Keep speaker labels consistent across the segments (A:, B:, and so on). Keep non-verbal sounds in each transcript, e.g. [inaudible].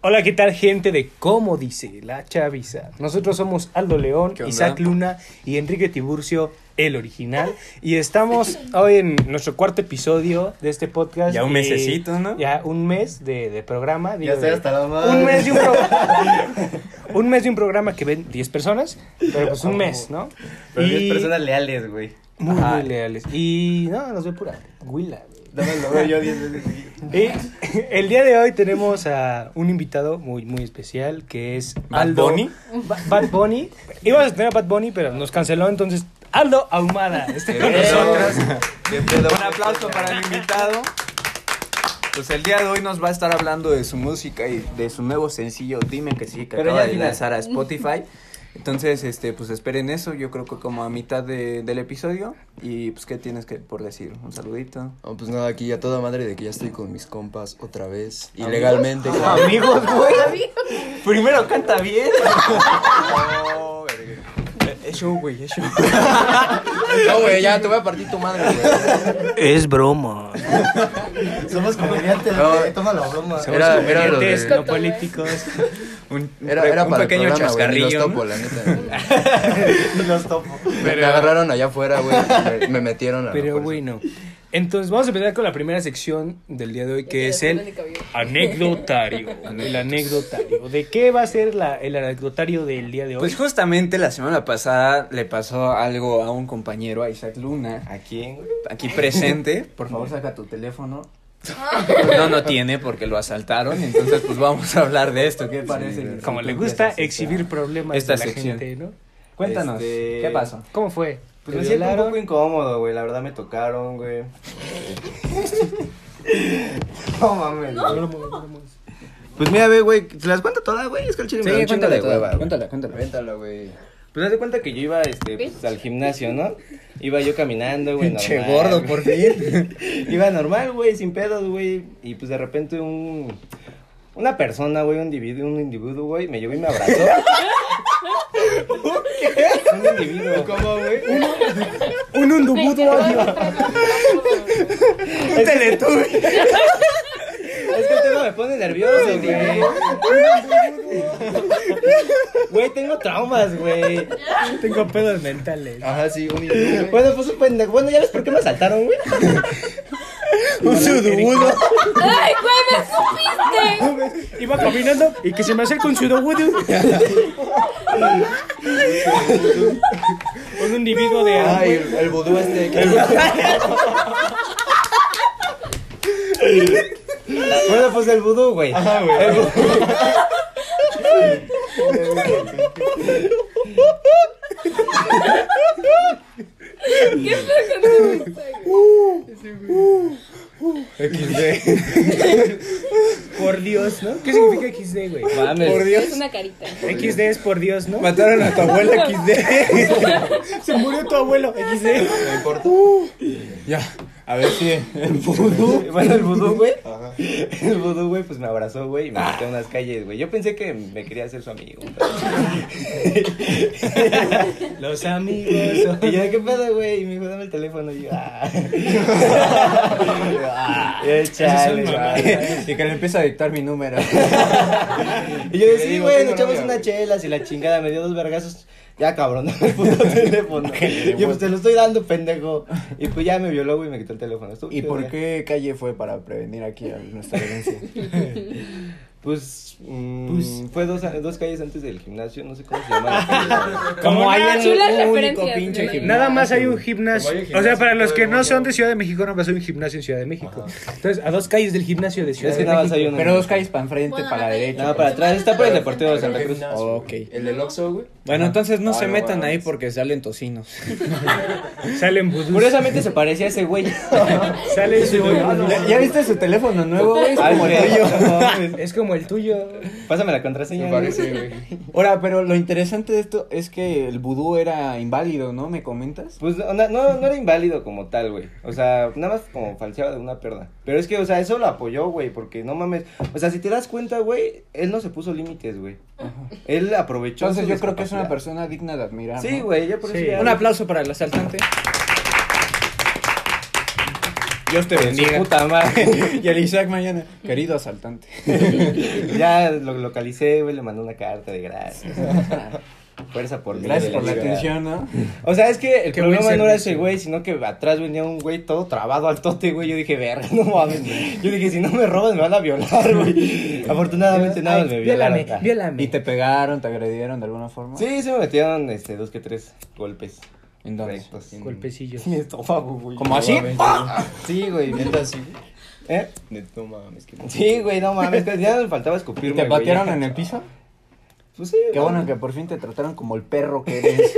A: Hola, ¿qué tal gente de Cómo dice la chaviza? Nosotros somos Aldo León,
B: ¿Qué onda?
A: Isaac Luna y Enrique Tiburcio, el original. Y estamos hoy en nuestro cuarto episodio de este podcast.
B: Ya un
A: de-
B: mesecito, ¿no?
A: Ya un mes de, de programa. digo,
C: Ya estoy
A: de-
C: hasta la madre.
A: un mes, de un, pro- un mes de un programa que ven 10 personas, pero pues un mes, ¿no?
C: [laughs] Pero
A: Y-
C: 10 personas leales, güey.
A: Muy,
B: Ajá.
A: muy leales. Y no, nos ve pura huila. güey.
C: Dame lo veo yo 10 veces.
B: [laughs]
C: seguidas.
A: Y el día de hoy tenemos a un invitado muy, muy especial que es
B: ¿Bad
A: Aldo.
B: Bunny?
A: Ba- Bad Bunny. Íbamos a tener a Bad Bunny, pero nos canceló, entonces Aldo Ahumada está con
B: Eh.
C: [laughs]
A: nosotros.
C: ¿Qué pedo,
B: Un
C: güey?
B: aplauso para el invitado. Pues el día de hoy nos va a estar hablando de su música y de su nuevo sencillo, Dime que sí, que
C: Pero
B: acaba
C: ya al
B: de
C: final.
B: lanzar a Spotify. Entonces, este, pues esperen eso, yo creo que como a mitad de- del episodio. Y pues, ¿qué tienes que por decir? Un saludito.
D: No, pues nada, aquí ya toda madre de que ya estoy con mis compas otra vez, ilegalmente. claro.
B: Ah, Amigos, güey. Primero canta bien. No, verga. Es show, güey, es show.
D: No, güey, ya te voy a partir tu madre, güey.
A: Es broma.
C: Somos comediantes,
D: No.
C: güey. Toma la broma.
D: Era, era lo de-
A: no políticos. [laughs]
B: Un,
D: Era, era
B: un
D: para el
B: pequeño
D: programa, güey, ni los
B: chascarrillo.
D: topo, la neta.
B: [laughs]
C: Y los topo.
D: Me, me agarraron allá afuera, güey. Me, me metieron a la
A: Pero
D: fuerza.
A: bueno. Entonces vamos a empezar con la primera sección del día de hoy que
E: Ya
A: es
E: te la
A: el
E: tengo en el cabello.
A: anecdotario. El anecdotario. ¿De qué va a ser la- el anecdotario del día de hoy?
B: Pues justamente la semana pasada le pasó algo a un compañero, a Isaac Luna,
C: ¿A quién, güey?
B: aquí presente. Por favor, saca tu teléfono. No, no tiene porque lo asaltaron. Entonces, pues vamos a hablar de esto. ¿Qué parece?
D: güey.
A: Como
B: Tú
A: le gusta
B: empiezas esta-
A: exhibir problemas
B: esta
A: de la
B: sección.
A: gente, ¿no?
B: Cuéntanos,
C: Este-
B: ¿qué pasó?
A: ¿Cómo fue?
C: Pues
A: ¿Te
C: me siento un
A: violaron?
C: poco incómodo, güey. La verdad me tocaron, güey. No mames. güey.
A: No lo muevas, no lo muevas.
C: Pues mira, ve, güey. ¿Se las cuento todas, güey? Es que el chile me da un chingo de hueva, güey.
B: cuéntala, cuéntala.
D: Avéntala, güey.
C: Pues haz de cuenta que yo iba este, pues, al gimnasio, ¿no? Iba yo caminando, güey.
B: Pinche
C: normal,
B: gordo, por
C: güey.
B: fin.
C: Iba normal, güey, sin pedos, güey. Y pues de repente un. Una persona, güey, un individuo, un individuo, güey, me llevó y me [laughs] abrazó. Un individuo. ¿Cómo, güey?
A: Un hundubudo.
C: Un teletubby. Es que el tema me pone nervioso, güey. Güey, tengo traumas, güey.
A: [laughs] Tengo pedos mentales.
C: Ah,
A: [laughs]
D: Ajá, sí, un hindú, güey.
C: Bueno, pues un pendejo. Bueno, ¿ya ves por qué me asaltaron, güey?
A: Un sudobudo.
E: ¡Ay, güey, me supiste!
A: [laughs] Iba caminando y que se me acerca un
C: [laughs]
A: sudobudo. un individuo de...
D: [laughs] Ay, el, el
B: [laughs]
D: vudú este. que-
C: Bueno, pues el vudú, güey. Ajá, güey.
E: ¿Qué pedo con tu mensaje?
A: Por Dios, ¿no? ¿Qué significa XD, güey?
C: Mames.
B: Por
E: Es
B: Dios.
E: una carita.
A: XD es por Dios, ¿no?
B: Mataron a tu abuela XD.
A: [laughs] Se murió tu abuelo. XD.
D: No importa.
B: Ya, a ver si.
C: Bueno, el vudú, güey. [laughs] El vudú, güey, pues me abrazó, güey, y me metió a unas calles, güey. Yo pensé que me quería hacer su amigo.
D: [laughs]
A: Los amigos. son-
C: Y yo, ¿qué pedo, güey? Y me dijo, dame el teléfono. Y yo,
D: [laughs]
C: ah. [laughs] Y yo, "Ah, chale,
A: Esas son
C: güey.
B: Y que le empieza a dictar mi número.
C: Y yo,
D: Le
C: sí,
D: digo,
C: güey,
D: tengo
C: nos echamos
D: novia,
C: unas
D: güey.
C: chelas y la chingada me dio dos vergazos. Ya, cabrón, [laughs] dame el
D: [laughs]
C: puto teléfono. Yo, pues te lo estoy dando, pendejo. Y pues ya me violó, güey, y me quitó el teléfono. Estuvo
B: ¿Y
C: chido,
B: por
C: güey.
B: qué calle fue para prevenir aquí a nuestra
D: [laughs]
B: violencia?
C: Pues, mm,
A: Pues-
C: fue dos, dos calles antes del gimnasio, no sé cómo se llama. la calle.
D: [laughs]
A: Como hay
E: Nada,
A: en
E: chulas
A: un
E: referencias,
B: único pinche
E: güey.
B: gimnasio.
A: Nada más hay un
B: güey.
A: gimnasio.
D: Como hay un
A: O sea,
D: gimnasio
A: para los
D: todo
A: que
D: el
A: no
D: mundo.
A: son de Ciudad de México, no más hay un gimnasio en Ciudad de México. Entonces, a dos calles del gimnasio de Ciudad
C: Es que
A: de
C: nada más
A: México.
C: hay uno.
B: Pero dos calles para enfrente,
E: Bueno,
B: para la
E: no,
B: derecha. pues.
C: No, para atrás, está por el Deportivo de
E: [laughs]
C: Santa
D: Pero
C: Cruz.
D: gimnasio,
B: Ok.
D: El del Oxxo, güey.
B: Bueno, entonces no
D: Ah,
B: se
D: no,
B: metan
D: bueno.
B: ahí porque salen tocinos.
A: Salen vudús.
C: Curiosamente se parecía a
B: [laughs]
C: ese güey.
A: Sale su- [laughs]
B: viste su teléfono nuevo, güey? Es
C: Ay,
B: como el
C: güey,
B: tuyo.
C: no mames.
A: Es como el tuyo.
C: Pásame la contraseña.
D: Me
C: güey.
B: [laughs]
D: parece, güey.
B: Ahora, pero lo interesante de esto es que el vudú era inválido, ¿no? ¿Me comentas?
C: Pues no, no, no era inválido como tal, güey. O sea, nada más como falseaba de una perna. Pero es que, o sea, eso lo apoyó, güey, porque no mames. O sea, si te das cuenta, güey, él no se puso límites, güey. Él aprovechó.
B: Entonces
C: su
B: yo creo que es una
C: discapacidad.
B: persona digna de admirar.
C: Sí,
B: ¿no?
C: güey, yo por
A: Sí.
C: eso ya-
B: Un aplauso para el asaltante.
A: Dios te bendiga.
B: Puta madre. [laughs] Y el Isaac mañana, querido asaltante.
C: [laughs] Ya lo localicé, güey, le mandé una carta de
A: [laughs]
C: gracias. Fuerza por mí,
B: Gracias
C: de
B: por la
C: chingada.
B: atención, ¿no?
C: O sea, es que el
A: Qué
C: problema
A: buen
C: no era
A: servicio.
C: ese güey, sino que atrás venía un güey todo trabado al tote, güey. Yo dije, verga, no mames. Yo dije, si no me roban, me van a violar, güey. Afortunadamente nada más me violaron. Ah.
A: viólame.
B: Y te pegaron, te agredieron de alguna forma.
C: Sí, se me metieron este, dos que tres golpes.
B: ¿En dónde?
C: Rectos.
B: En-
A: Golpecillos.
C: Mi estómago, güey.
B: ¿Como así? ¡Ah!
C: Sí, güey.
D: Neta, sí, güey.
C: ¿Eh?
D: Neta, No mames, que
C: Sí, güey, no mames. pues, Ya me faltaba
B: ¿Y
C: escupirme,
B: te
C: güey.
B: patearon [laughs] en el piso?
C: Pues sí.
B: Qué bueno que por fin te trataron como el perro que eres.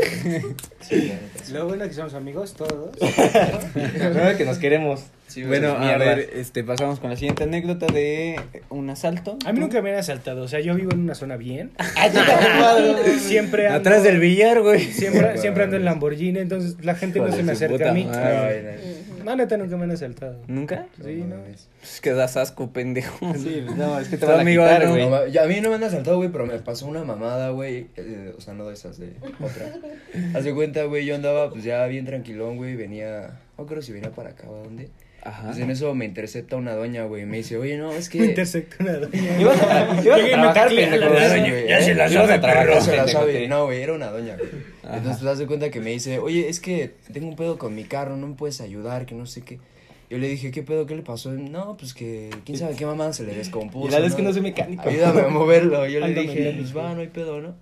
A: Lo bueno es que somos amigos todos.
C: Claro que nos queremos.
D: Sí, güey,
B: bueno,
D: esas
B: a ver, este, pasamos con la siguiente anécdota de un asalto.
A: A mí nunca me han asaltado, o sea, yo vivo en una zona bien.
C: Ah, chica, tu madre, güey.
A: Siempre ando,
B: Atrás del billar, güey.
A: siempre, siempre ando en Lamborghini, entonces la gente no
B: Hijo
A: se
B: de
A: me
B: su
A: acerca
B: puta
A: a mí.
B: madre.
A: No, neta, nunca me han asaltado.
B: ¿Nunca?
A: Sí, no.
B: Pues que das asco, pendejo.
C: Sí, no, es que te
B: Tu
C: van a
B: amigo
C: quitar,
B: Adam.
C: güey.
D: No, ma- ya a mí no me han asaltado, güey, pero me pasó una mamada, güey. eh, o sea, no de esas, de
C: [laughs]
D: otra. Haz de cuenta, güey, yo andaba pues ya bien tranquilón, güey. Venía, no creo si venía para acá o a dónde.
B: Ajá.
D: Pues en eso me intercepta una doña, güey. y Me dice,
B: [laughs]
D: oye, no, es que.
A: Me interceptó una doña.
C: Ibas a, ibas a
A: Llegué y me
C: trabajar,
A: tacleé a la
C: pendejo.
A: doña.
D: güey,
A: Ya
D: ¿eh?
A: se la
D: Ibas
A: sabe,
D: a trabajar,
A: perro.
D: se la sabe.
C: Pendejote.
D: No, güey, era una doña, güey. Entonces, te das de cuenta que me dice, oye, es que tengo un pedo con mi carro, no me puedes ayudar, que no sé qué. Yo le dije, ¿qué pedo? ¿Qué le pasó? No, pues que quién sabe qué mamá se le descompuso.
C: Y la verdad es que no soy mecánico.
D: Ayúdame a moverlo. Yo le
A: Ándame,
D: dije,
A: ándame.
D: pues va, no hay pedo, ¿no?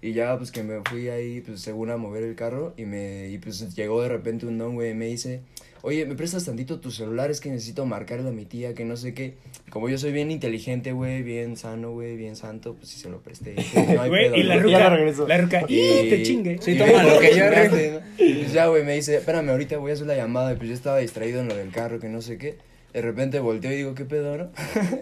D: Y ya, pues que me fui ahí, pues según a mover el carro. Y me y pues llegó de repente un don, güey, y me dice, oye, ¿me prestas tantito tu celular? Es que necesito marcarle a mi tía, que no sé qué. Como yo soy bien inteligente, güey, bien sano, güey, bien santo, pues sí se lo
A: [laughs]
D: presté. Dije, No hay
A: Güey,
D: pedo,
A: y la
D: ¿no?
C: ru-
A: ruca,
C: lo regreso.
A: la ruca, y te chingue.
D: Sí,
B: Y-
D: toma lo que yo
B: Chingaste,
D: arregle. Y pues ya, güey, me dice, espérame, ahorita voy a hacer la llamada. Y pues yo estaba distraído en lo del carro, que no sé qué. De repente volteo y digo, ¿qué pedo, no? [laughs]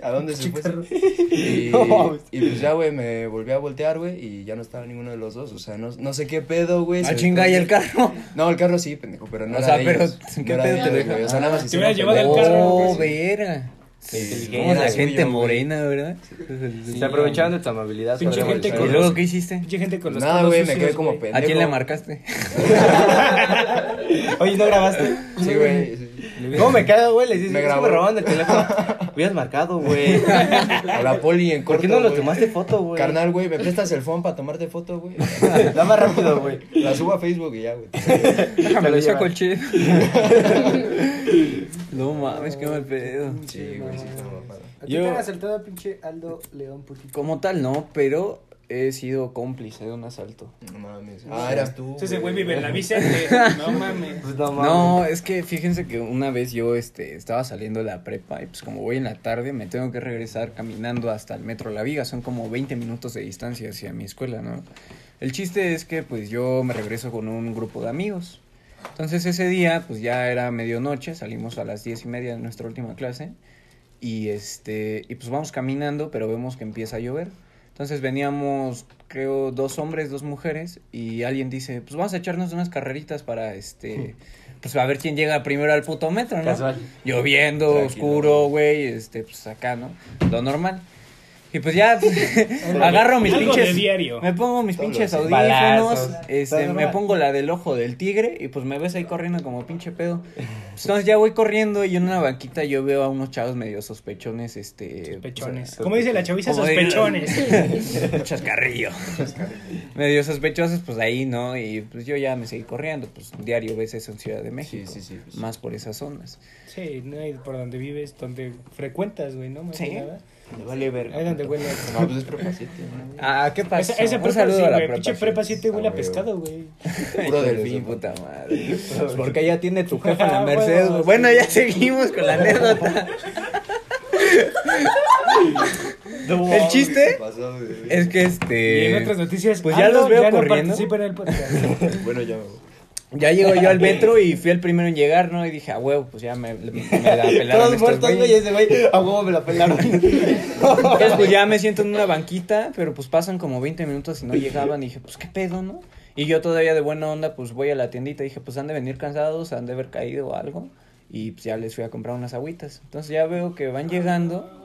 D: ¿A dónde se fue? ese güey?
A: [laughs]
D: Y,
C: No mames.
D: y pues ya, güey, me volví a voltear, güey, y ya no estaba ninguno de los dos. O sea, no, no sé qué pedo, güey.
B: A
D: se
B: Ah, chinga y el
D: desconectó.
B: carro.
D: No, el carro sí, pendejo, pero no
B: O
D: era
B: sea,
D: de
B: pero,
D: ellos.
B: ¿qué
D: era
B: pedo
D: de
B: te
D: ellos,
B: dejó?
D: güey, O sea, nada más
A: Te
D: hicieron
A: hubiera llevado el
D: pendejos.
A: carro,
B: Oh,
A: güey.
B: verga.
C: Sí,
B: Como
C: era
B: la
C: suyo,
B: gente
C: güey.
B: morena, ¿verdad?
C: Se aprovechaban de tu amabilidad.
A: Pinche
C: podríamos
A: gente
B: ¿Y
C: decir.
A: con-
B: luego qué hiciste?
A: Mucha gente con los
D: Nada,
A: codos
D: güey, me
A: sucios,
D: quedé como
A: güey.
D: pendejo.
B: ¿A quién le marcaste?
C: Oye, ¿no grabaste?
D: Sí, güey. sí.
C: ¿Cómo me cago, güey? Les dices,
D: Me
C: "Es que
D: grabó.
C: me robaron el teléfono. Hubieras marcado, güey.
D: A la poli en
C: ¿Por
D: corto,
C: qué no nos
D: güey.
C: tomaste foto, güey? [laughs]
D: Carnal, güey, ¿me prestas el phone para tomarte foto, güey?
C: Da más rápido, güey.
D: La subo a Facebook y ya, güey.
B: Déjame
C: lo
B: le saco
C: llevan.
B: el chip. No mames, qué mal pedo.
D: Sí, güey, sí, está mamada.
A: ¿A ti
B: Yo-
A: te han asaltado a pinche Aldo León Putito?
B: Como tal, no, pero he sido cómplice de un asalto.
D: No mames. Ah, eras tú.
A: Ese güey vive en la Vicente. No mames.
C: Pues no mames.
B: No, es que fíjense que una vez yo este, estaba saliendo de la prepa y pues como voy en la tarde me tengo que regresar caminando hasta el metro La Viga, son como 20 minutos de distancia hacia mi escuela, ¿no? El chiste es que pues yo me regreso con un grupo de amigos. Entonces ese día pues ya era medianoche, salimos a las 10 y media de nuestra última clase y este, y pues vamos caminando pero vemos que empieza a llover. Entonces veníamos, creo, dos hombres, dos mujeres, y alguien dice, pues vamos a echarnos unas carreritas para, este, pues a ver quién llega primero al puto metro, ¿no?
C: Casual.
B: Lloviendo,
D: Tranquilo.
B: oscuro, güey, este, pues acá, ¿no? Lo normal. Y pues ya [laughs] pues, agarro mis
A: Algo de
B: pinches...
A: diario.
B: Me pongo mis
D: Todo
B: pinches
D: así.
B: audífonos,
C: Balazos.
B: este,
C: Todo
B: me
C: normal.
B: pongo la del ojo del tigre y pues me ves ahí corriendo como pinche pedo. Pues, Entonces ya voy corriendo y en una banquita yo veo a unos chavos medio sospechones, este...
A: Sospechones. Como dice la chaviza,
B: Como diría-
A: sospechones.
B: [laughs] Chascarrillo. Medio sospechosos, pues ahí, ¿no? Y pues yo ya me seguí corriendo, pues diario ves eso en Ciudad de México.
D: sí, sí, pues.
B: Más por esas zonas.
A: [laughs] Sí, no hay por donde vives, donde frecuentas, güey, ¿no? Más
B: Sí.
A: que nada.
D: Me vale verga.
A: Ahí donde huele.
D: No, pues es prepa 7,
B: [laughs]
D: ¿no?
B: Ah, ¿qué pasa?
A: Eh, Esa, esa
B: Un
A: prepa
B: saludo
A: sí,
B: a la
A: güey. Pinche
B: siete.
A: prepa sí te huele
D: Ah,
A: a pescado, güey.
B: Puro delfín, puta madre. Pues porque ella
A: [laughs]
B: tiene tu jefa en la
A: Ah,
B: Mercedes.
A: bueno,
B: güey. Bueno, ya seguimos con
A: [laughs]
B: la anécdota. El chiste
D: pasó, güey?
B: es que
A: y
B: este.
A: en otras noticias,
B: pues ya los
A: Aldo
B: veo
A: ya
B: corriendo.
A: No participa en el
D: [laughs]
A: podcast.
D: Bueno, ya me voy.
B: Ya llego yo al metro y fui el primero en llegar, ¿no? Y dije, a huevo, pues ya me, me la pelaron.
C: Todos
B: estos
C: muertos, güey,
B: güeyes.
C: y ese güey, a huevo me
D: [laughs]
C: la pelaron.
B: Entonces, pues ya me siento en una banquita, pero pues pasan como 20 minutos y no llegaban. Y dije, pues qué pedo, ¿no? Y yo todavía de buena onda, pues voy a la tiendita. Dije, pues han de venir cansados, han de haber caído o algo. Y pues ya les fui a comprar unas agüitas. Entonces ya veo que van llegando.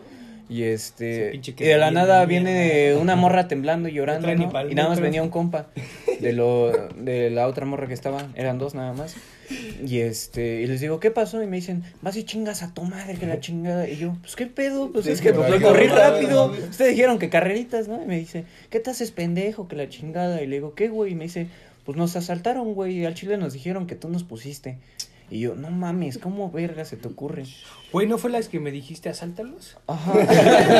B: Y
A: Ese
B: este.
A: pinche
B: Y de la
A: que
B: nada
A: viene, [laughs]
B: viene una morra temblando y llorando.
A: trae ni
B: ¿no?
A: pa'l
B: Y nada más
A: metro.
B: venía un compa. de, lo, de la otra morra que estaba, eran dos nada más. Y este, y les digo, ¿qué pasó? Y me dicen, vas y chingas a tu madre que
C: [laughs]
B: la chingada. Y yo, pues qué pedo, pues es que
D: por
B: pues,
D: ahí,
B: corrí
D: no,
B: rápido.
D: no, no.
B: Ustedes dijeron que carreritas, ¿no? Y me dice, ¿qué te haces pendejo que la chingada? Y le digo, ¿qué güey? Y me dice, pues nos asaltaron, güey. y Al chile nos dijeron que tú nos pusiste. Y yo, no mames, ¿cómo verga se te ocurre?
A: Güey, ¿no fue la que me dijiste asáltalos?
C: [laughs]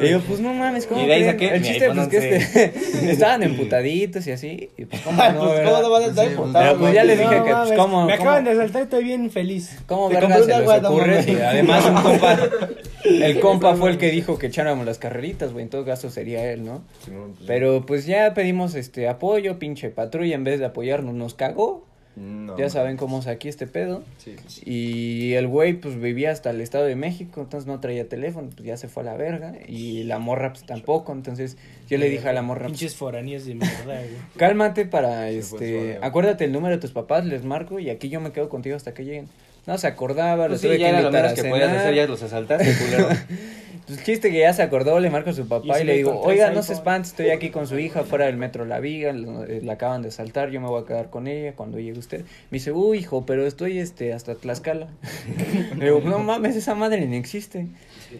B: Y yo, pues no mames, ¿cómo
C: Y de ahí
B: creen?
C: saqué
B: El
C: mi
B: chiste
C: iPhone
B: pues, que este, [laughs] estaban emputaditos y así. Y pues,
C: [laughs]
B: ¿cómo no,
C: Pues, ¿cómo
B: verdad?
C: no vas a estar
D: Sí,
C: emputado,
B: Pero pues
C: güey?
B: ya les
C: No,
B: dije que, pues,
A: mames,
B: ¿cómo?
A: Me
B: cómo-
A: acaban de asaltar y estoy bien feliz.
B: ¿Cómo
C: Te
B: verga se
C: compré una
B: les
C: guada, no
B: ocurre?
C: mames.
B: Y [laughs] además un
C: [laughs]
B: compa, el compa fue el que dijo que echáramos las carreritas, güey, en todo caso sería él, ¿no?
D: Simón, pues,
B: Pero pues ya pedimos este apoyo, pinche patrulla, en vez de apoyarnos nos cagó.
D: no.
B: Ya saben cómo es aquí este pedo.
D: Sí, pues,
B: Y el güey pues vivía hasta el Estado de México, entonces no traía teléfono, pues ya se fue a la verga. Y la morra pues tampoco, entonces yo le dije a la morra... pues,
A: Pinches foranías de mierda, güey.
B: Cálmate para
D: Se
C: pues,
D: fue su
B: este.
D: audio.
B: Acuérdate el número de tus papás, les marco y aquí yo me quedo contigo hasta que lleguen. No se acordaba,
C: Pues
B: lo tuve
C: sí, ya
B: que
C: era lo
B: invitar
C: menos
B: a
C: que podías
B: cenar.
C: hacer, ya los asaltaste, culero.
B: Pues, chiste que ya se acordó, le marco a su
A: ¿Y
B: papá y,
A: si
B: le
A: le
B: digo,
A: encontrás
B: oiga,
A: ahí,
B: no se
A: por-
B: espante, estoy aquí con
C: [laughs]
B: su hija fuera del metro La Viga, la la acaban de asaltar, yo me voy a quedar con ella cuando llegue usted. Me dice, uy, hijo, pero estoy este hasta Tlaxcala. [laughs] le digo, no mames, esa madre ni existe.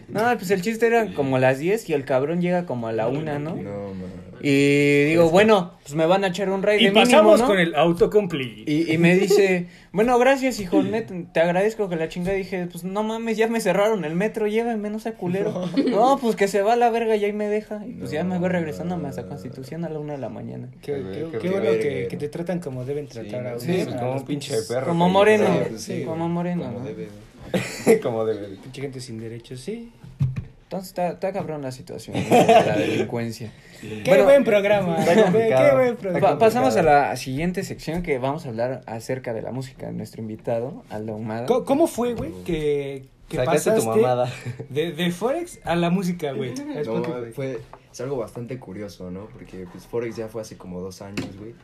B: No, pues el chiste era como a las 10 y el cabrón llega como a la una, ¿no?
D: No, man.
B: Y digo, bueno, pues me van a echar un raid
A: Y
B: de mínimo,
A: pasamos
B: ¿no?
A: con el autocomplete.
B: Y, y me dice,
A: [laughs]
B: bueno, gracias, hijo, net, te agradezco que la chinga dije, pues no mames, ya me cerraron el metro, llévenme, no sea culero. No, pues que se va a la verga y ahí me deja. Y pues ya me voy regresándome hasta Constitución a la una de la mañana.
A: Qué,
D: Qué
A: qué-
D: ver-
A: qué
D: qué
A: bueno que,
D: verga.
A: que te tratan como deben tratar a uno.
C: Sí,
A: a
C: como
A: los
C: un pinche
A: pinches-
C: perro.
B: Como moreno,
D: [laughs] Sí,
B: como
D: güey.
B: moreno,
D: Como
B: ¿no?
D: debe, güey.
C: Como debe.
A: Pinche gente sin derechos, sí.
B: Entonces está, está cabrón la situación,
A: [laughs]
B: ¿no? la delincuencia.
A: Qué
B: Bueno,
A: buen programa. ¿eh?
C: está
A: Qué-
C: complicado.
A: Qué buen
B: Pa-
A: programa.
B: pasamos a la siguiente sección que vamos a hablar acerca de la música de nuestro invitado, Aldo Humada.
A: Co- ¿Cómo fue, güey, que, que
C: Sacaste tu
A: pasaste
C: mamada.
A: de, de Forex a la música, güey? Es
D: No,
A: porque-
D: mames, fue, es algo bastante curioso, ¿no? Porque pues Forex ya fue hace como dos años, güey.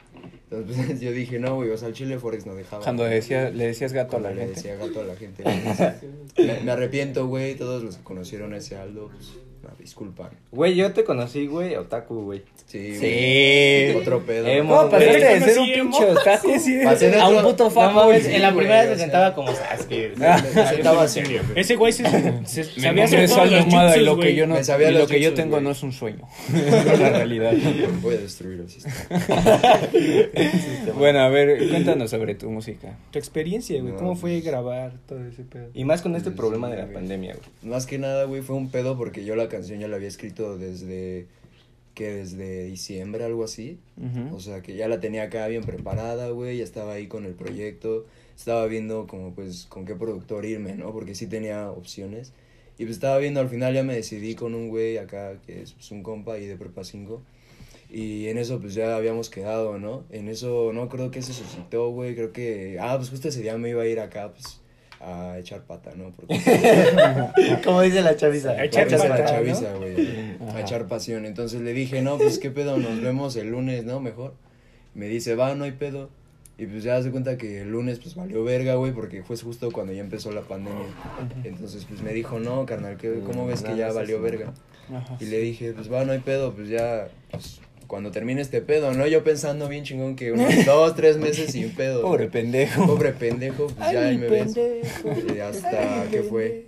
D: Entonces [laughs] pues, yo dije, no, güey, o sea, el chile Forex no dejaba.
B: Cuando decía, le decías gato a
D: Cuando
B: la
D: le
B: gente.
D: decía gato a la
A: [laughs]
D: gente. me, me arrepiento, güey, todos los que conocieron a ese Aldo, pues, una disculpa.
C: [laughs] Güey, yo te conocí, güey, otaku, güey.
D: Sí,
B: Sí.
D: güey, Otro pedo.
C: Emo.
B: ¿Cómo pasaste
A: Güey,
B: de ser un
A: sí, emo.
B: pinche otaku
D: [laughs] Pasé de
B: a un
D: otro-
B: puto
C: No
B: fanboy?
C: mames, en la
D: Sí, güey,
C: primera
D: o
C: se
D: sea.
C: sentaba como
D: "Ah,
C: Sasuke.
B: [laughs]
D: Me sentaba serio.
A: Ese güey se, se-
B: Mi
A: sabía
B: nombre
A: hacer
B: es
A: todos
B: Aldo
A: los
B: Humada y
A: jutsus,
B: lo que
A: güey.
B: yo no
D: Me sabía
B: y lo
D: los
B: que yo
D: jutsus,
B: tengo
D: güey.
B: no es un sueño, es la realidad.
D: Voy a destruir el sistema.
B: [laughs] bueno, a ver, cuéntanos sobre tu música.
A: Tu experiencia, güey.
D: No,
A: ¿Cómo fue
D: pues-
A: grabar todo ese pedo?
C: Y más con este
D: Sí,
C: problema de la
D: güey.
C: pandemia, güey.
D: [laughs] Más que nada, güey, fue un pedo porque yo la canción ya la había escrito desde que desde diciembre, algo así.
B: Ujú.
D: O sea, que ya la tenía acá bien preparada, güey, ya estaba ahí con el proyecto, estaba viendo como pues con qué productor irme, ¿no? Porque sí tenía opciones. Y pues estaba viendo, al final ya me decidí con un güey acá que es pues, un compa y de prepa 5. Y en eso pues ya habíamos quedado, ¿no? En eso no creo que se suscitó, güey, creo que ah, pues justo ese día me iba a ir acá pues a echar pata, ¿no? Porque
C: Como dice la chaviza.
A: A echar
D: echar
A: pata,
D: la
A: ¿no?
D: chaviza, güey. A echar pasión. Entonces le dije, no, pues qué pedo, nos vemos el lunes, ¿no? Mejor. Me dice, va, no hay pedo. Y pues ya se cuenta que el lunes pues valió verga, güey, porque fue justo cuando ya empezó la pandemia. Entonces pues me dijo, no, carnal, ¿qué- ¿cómo ves que ya valió verga?
B: Ajá.
D: Y le dije, pues va, no hay pedo, pues ya, pues, cuando termine este pedo, ¿no? Yo pensando bien chingón que unos dos, tres meses sin pedo.
B: Pobre pendejo.
D: Pobre pendejo, pues ya ahí me ves. Y hasta que fue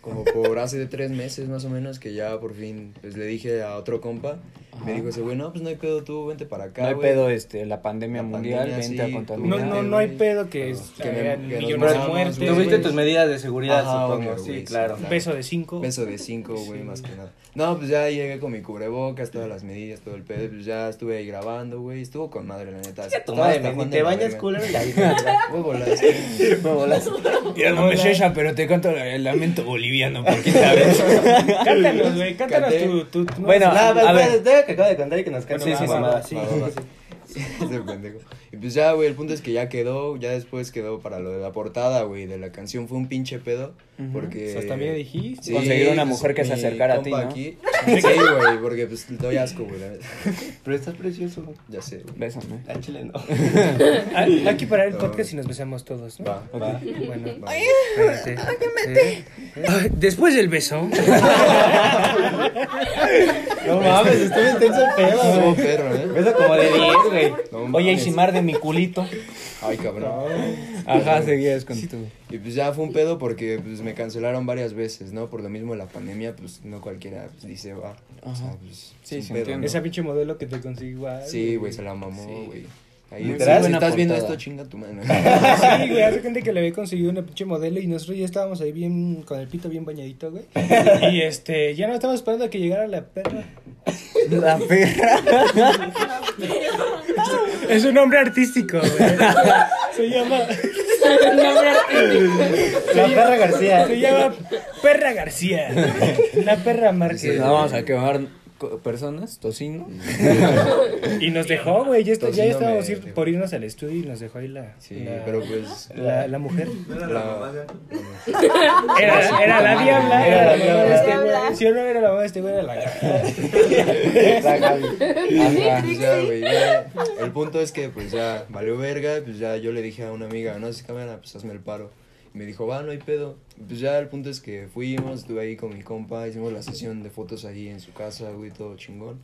D: como por hace tres meses más o menos que ya por fin pues le dije a otro compa, me dijo ese güey, no, pues no hay pedo tú, vente para acá.
B: No hay
D: güey".
B: pedo este la pandemia
D: La
B: mundial,
D: pandemia,
B: vente
D: sí.
B: a contaminar.
A: No, no, no hay pedo que, es,
D: Que me-
A: hayan
D: que nos
A: millones de
D: matamos,
A: muertes.
D: güey.
C: Tuviste
A: güey.
C: tus medidas de seguridad,
D: Ajá,
C: supongo.
D: obvio,
C: sí,
D: güey,
C: claro.
D: sí,
A: Un Peso de cinco.
D: Peso de cinco, güey, más que nada. No, pues ya llegué con mi cubrebocas, todas las medidas, todo el pedo, pues ya estuve ahí grabando, güey, estuvo con madre la neta.
C: Tu madre, ni te bañas,
D: culo
C: culero, y ahí te vas.
D: Voy volaste.
B: No me sé, pero te canto el lamento boliviano
D: [laughs]
B: por quinta vez.
A: Cántanos, güey. Cántanos
D: Canté.
A: tu... tu, tu-
B: Bueno,
C: Nada,
B: a ver.
C: espérate, que acabo de contar y que nos
A: Bueno,
C: cantes
A: va,
C: esa
A: va,
C: mamada.
A: va,
C: Sí,
D: va, va. Ah, [laughs] Ese pendejo. Y Y pues ya, güey, el punto es que ya quedó, ya después quedó para lo de la portada, güey, de la canción. Fue un pinche pedo, porque...
A: O
C: Eh,
A: sea, hasta mí me dijiste.
D: Sí,
B: Conseguir una
D: pues,
B: mujer que se
D: mi
B: acercara a ti,
D: compa
B: ¿no? [laughs]
D: aquí- Sí, güey, porque pues le doy asco, güey, la neta.
C: Pero estás precioso, güey.
D: Ya sé, güey.
B: Bésame.
C: Al chile [laughs] no.
A: Ah, Hay que parar el
D: No.
A: podcast y nos besamos todos, ¿no?
D: Va, va.
A: Bueno, espérate.
D: [laughs]
A: Ay, Después del
B: [laughs]
A: beso.
C: No mames, estuvo intenso el pedo,
D: Estuvo
C: güey.
D: perro, ¿eh?
C: Eso como de 10, güey.
D: No
B: Oye,
D: mames.
B: Isimar de mi culito.
D: Ay, cabrón.
B: Ajá, seguías con tu.
D: Y pues ya fue un pedo porque pues me cancelaron varias veces, ¿no? Por lo mismo de la pandemia, pues no cualquiera pues, dice, va. O sea, pues,
B: Sí,
D: es
B: sí,
D: un pedo,
B: entiendo.
D: ¿no?
A: Esa pinche modelo que te consiguió igual.
D: Sí, güey, se la mamó, güey. Ahí
B: Muy
D: literal, si
B: buena
D: estás viendo
B: portada.
D: esto, chinga tu mano.
A: [laughs] Sí, güey, hace cuenta que le había conseguido una pinche modelo y nosotros ya estábamos ahí bien, con el pito bien bañadito, [laughs] güey. Y este, ya no estábamos esperando a que llegara la perra.
B: La perra.
A: Es un nombre artístico, güey. [laughs] Se llama,
C: La perra García.
A: se llama Perra García. La perra Márquez.
B: No, vamos a quemar co- personas, tocino.
A: Y nos dejó, güey, ya, está- ya
D: Entonces, no
A: estábamos
D: me-
A: ir- por irnos al estudio y nos dejó ahí la...
D: Sí,
A: la-
D: pero pues.
A: La, la mujer.
D: La,
A: Era, era la diabla. Era la diabla. de Este,
E: Diabla.
A: güey. Si yo no era la mamá de este güey, era la
D: Ajá, pues ya, güey, ya. El punto es que, pues ya, valió verga. Pues ya yo le dije a una amiga, no, si cámara, pues hazme el paro. Y me dijo, va, no hay pedo. Y Pues ya, el punto es que fuimos, estuve ahí con mi compa, hicimos la sesión de fotos ahí en su casa, güey, todo chingón.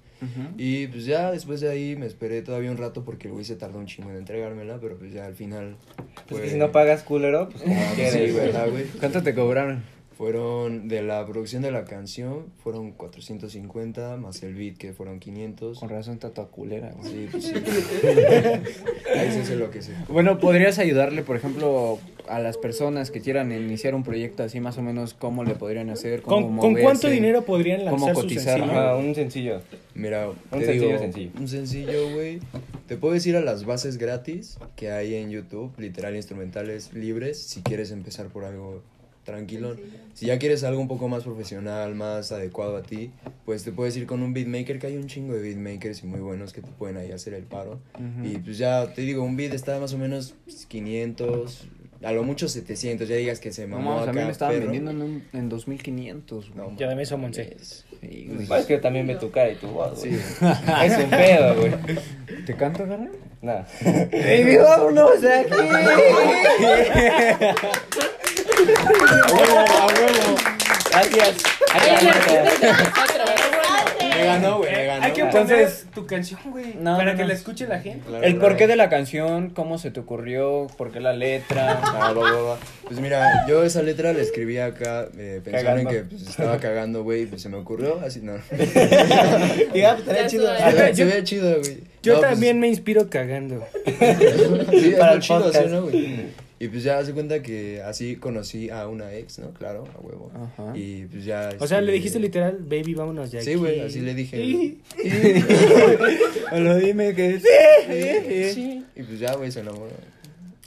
D: Y pues ya, después de ahí me esperé todavía un rato porque el güey se tardó un chingo en entregármela, pero pues ya al final.
C: Pues
D: fue-
C: que si no pagas culero, pues como
D: Ah, pues sí,
C: quieres, güey.
D: ¿verdad, güey?
B: ¿Cuánto te cobraron?
D: Fueron de la producción de la canción, fueron 450 más el beat que fueron 500.
B: Con razón está toda culera, güey.
D: Sí, pues sí. [laughs] Ahí se hace lo que se.
B: Bueno, ¿podrías ayudarle, por ejemplo, a las personas que quieran iniciar un proyecto así, más o menos, cómo le podrían hacer? Cómo
A: ¿Con, ¿Con cuánto
B: moverse?
A: dinero podrían
B: cómo
A: lanzar su
B: cotizar,
A: sencillo?
C: Ajá, un sencillo.
D: Mira, te
C: sencillo,
D: digo,
C: sencillo.
D: un sencillo, güey. Te puedes ir a las bases gratis que hay en YouTube, literal instrumentales libres, si quieres empezar por algo tranquilo. Si ya quieres algo un poco más profesional, más adecuado a ti, pues te puedes ir con un beatmaker, que hay un chingo de beatmakers y muy buenos que te pueden ahí hacer el paro. Y pues ya, te digo, un beat está más o menos 500, a lo mucho 700, ya digas que se
B: No,
D: mamó
B: mames, a mí
D: acá,
B: me estaban
D: perro.
B: vendiendo en, un- en 2500, güey.
D: No,
A: Ya dame eso, Monse.
B: Sí, güey.
C: Pues es que también ve tu cara y tu voz, güey. Es un pedo, güey.
B: ¿Te canto, Garra?
C: Nada. [laughs]
B: ¡Vámonos [laughs] aquí!
C: Gracias. Gracias, Marta.
D: Me ganó, güey, me ganó.
A: Hay que
B: Entonces-
A: poner tu canción, güey.
B: No,
A: para
B: no,
A: que
B: no.
A: la escuche la gente.
D: Claro,
B: El
D: claro.
B: porqué de la canción, cómo se te ocurrió, por qué la letra.
D: Ah, va, va, va. Pues mira, yo esa letra la escribí acá eh, pensando en
C: Cagando.
D: que pues, estaba cagando, güey, pues se me ocurrió así, no.
C: Diga, pues, estaría chido.
D: Se ve-
A: yo-
D: se ve chido, güey.
A: Yo
D: No, pues,
A: también me inspiro cagando.
D: [laughs]
A: [laughs]
D: sí, es
C: para
D: lo
C: el
D: chido,
C: podcast.
D: ¿sí, no, güey? Y pues ya se cuenta que así conocí a una ex, ¿no? Claro, a huevo.
B: Ajá.
D: Y pues ya.
A: O sea,
D: este,
A: le dijiste literal, baby, vámonos ya.
D: Sí, güey, así
A: [laughs]
D: le dije. güey.
B: Lo dime que
D: Y pues ya, güey, se enamoró.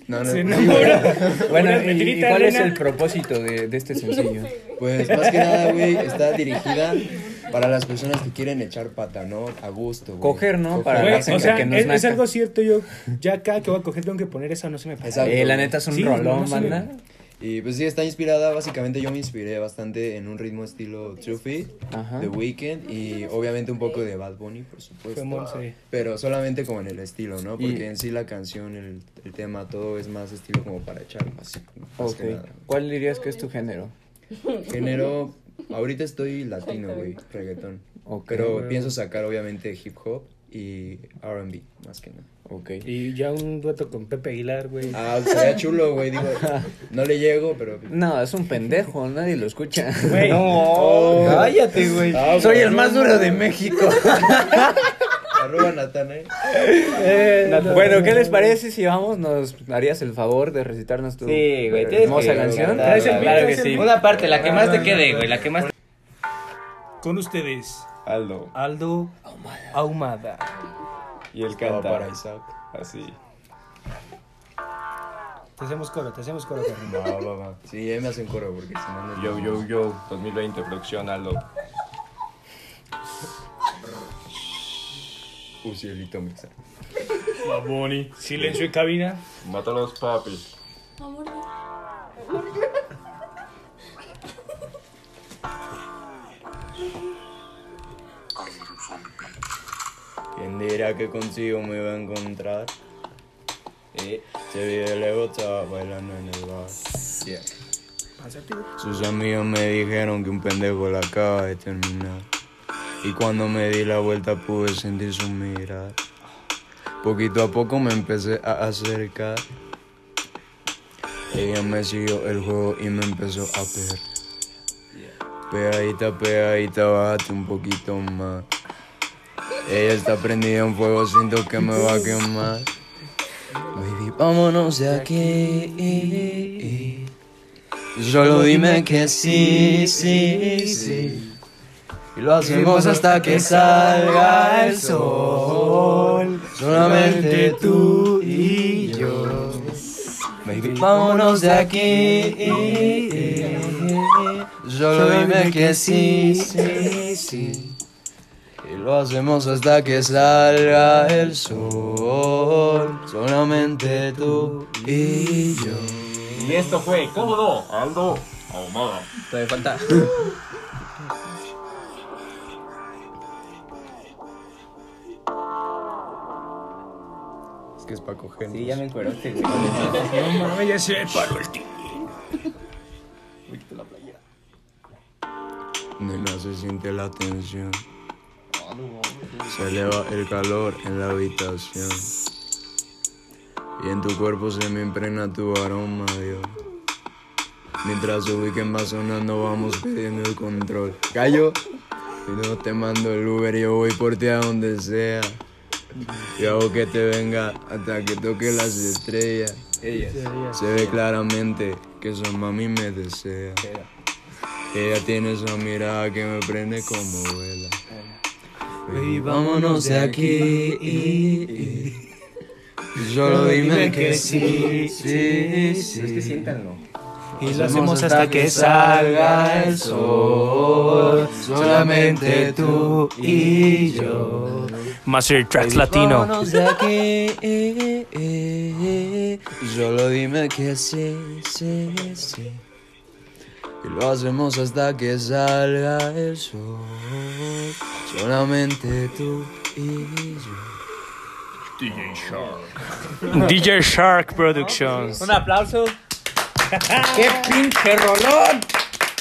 D: No, no,
A: Se [laughs]
D: sí,
A: enamoró.
B: Bueno,
A: Una
B: y- ¿y,
A: mentirita,
B: cuál es
A: nena.
B: el propósito de, de este sencillo?
D: Pues más que nada, güey, está dirigida para las personas que quieren echar pata, ¿no? A gusto, güey.
B: Coger, ¿no? Para
A: Güey,
B: la
A: o
B: gente
A: sea,
B: que no
A: es,
B: es
A: es
B: naca.
A: algo cierto. Yo ya acá que voy a coger tengo que poner esa, no se me pasa.
D: Exacto,
B: Eh, la
D: güey.
B: neta es un
A: Sí, no, no
B: rolón,
A: se
B: banda.
D: Y pues sí, está inspirada, básicamente yo me inspiré bastante en un ritmo estilo Two Feet,
B: Ajá.
D: The Weeknd y obviamente un poco de Bad Bunny, por supuesto.
A: Fue Monse.
D: Pero solamente como en el estilo, ¿no?
B: Y-
D: Porque en sí la canción, el, el tema, todo es más estilo como para echar más, más
B: Ok.
D: que nada.
B: ¿Cuál dirías que es tu género?
D: Género, ahorita estoy latino, güey, reggaetón.
B: Ok.
D: Pero pienso sacar obviamente hip hop y R&B, más que nada.
B: Ok.
A: Y ya un dueto con Pepe Aguilar, güey.
D: Ah, sería chulo, güey, digo, no le llego,
B: [laughs]
D: pero...
B: No, es un pendejo, nadie lo escucha. [laughs]
A: Güey, Oh.
C: No. Cállate, güey.
D: Ah,
B: Soy el
D: bueno,
B: más duro de México.
D: [laughs] Arroba Natán, eh.
A: eh, no.
B: Bueno, ¿qué les parece si vamos? ¿Nos harías el favor de recitarnos tu
C: Sí, güey. tienes
B: hermosa
C: que
B: canción?
C: cantarla,
A: Traes el
C: güey.
A: beat, traes el beat.
C: Una parte, la que más te quede, güey. La que más.
A: Con ustedes,
C: Aldo.
A: Aldo Ahumada.
C: Y él
D: Estaba
C: canta.
D: para Isaac.
C: Así.
A: Te hacemos coro, te hacemos coro, carnal.
D: Va, va, va. Sí, ahí me hacen coro porque si no, no.
C: Yo, yo, yo. 2020, producción Aldo.
D: Ucielito mixer.
F: Baboni.
A: Silencio en cabina.
F: Mátalos, papi.
E: Amor,
D: ¿Quién dirá que consigo me va a encontrar? Eh, Se vive luego estaba bailando en el bar. Sus amigos me dijeron que un pendejo la acaba de terminar. Y cuando me di la vuelta pude sentir su mirar. Poquito a poco me empecé a acercar. Ella me siguió el juego y me empezó a pegar. Pegadita, pegadita, bájate un poquito más. Ella está prendida en fuego, siento que me va a quemar. Baby, vámonos de aquí. Solo dime que sí, sí, sí. Y lo hacemos hasta que salga el sol. Solamente tú y yo. Baby, vámonos de aquí. Solo dime que sí, sí, sí. Y lo hacemos hasta que salga el sol. Solamente tú y yo.
F: Y esto fue, ¿cómo no? Aldo Ahumada.
B: Todavía falta. es que es para coger.
C: Sí, ya me encueraste, güey.
A: No mames, ya se me paró el tiempo.
D: Nena se siente la tensión. Se eleva el calor en la habitación. Y en tu cuerpo se me impregna tu aroma, Dios. Mientras su weekend va sonando, vamos perdiendo el control. Gallo, si no te mando el Uber, yo voy por ti a donde sea. Y hago que te venga hasta que toque las estrellas. Se ve claramente que su mami me desea. Ella tiene esa mirada que me prende como vela. Baby, vámonos de aquí. Solo dime que sí, sí,
C: Es que
D: sí.
C: siéntanlo.
A: Y lo hacemos hasta que salga el
D: sol. Solamente tú y yo.
A: Master Tracks
D: Vámonos de aquí. Solo dime que sí, sí, sí. Y lo hacemos hasta que salga el sol. Solamente tú y yo.
F: DJ Shark.
A: DJ Shark Productions.
B: Un aplauso. [laughs] ¡Qué pinche rolón!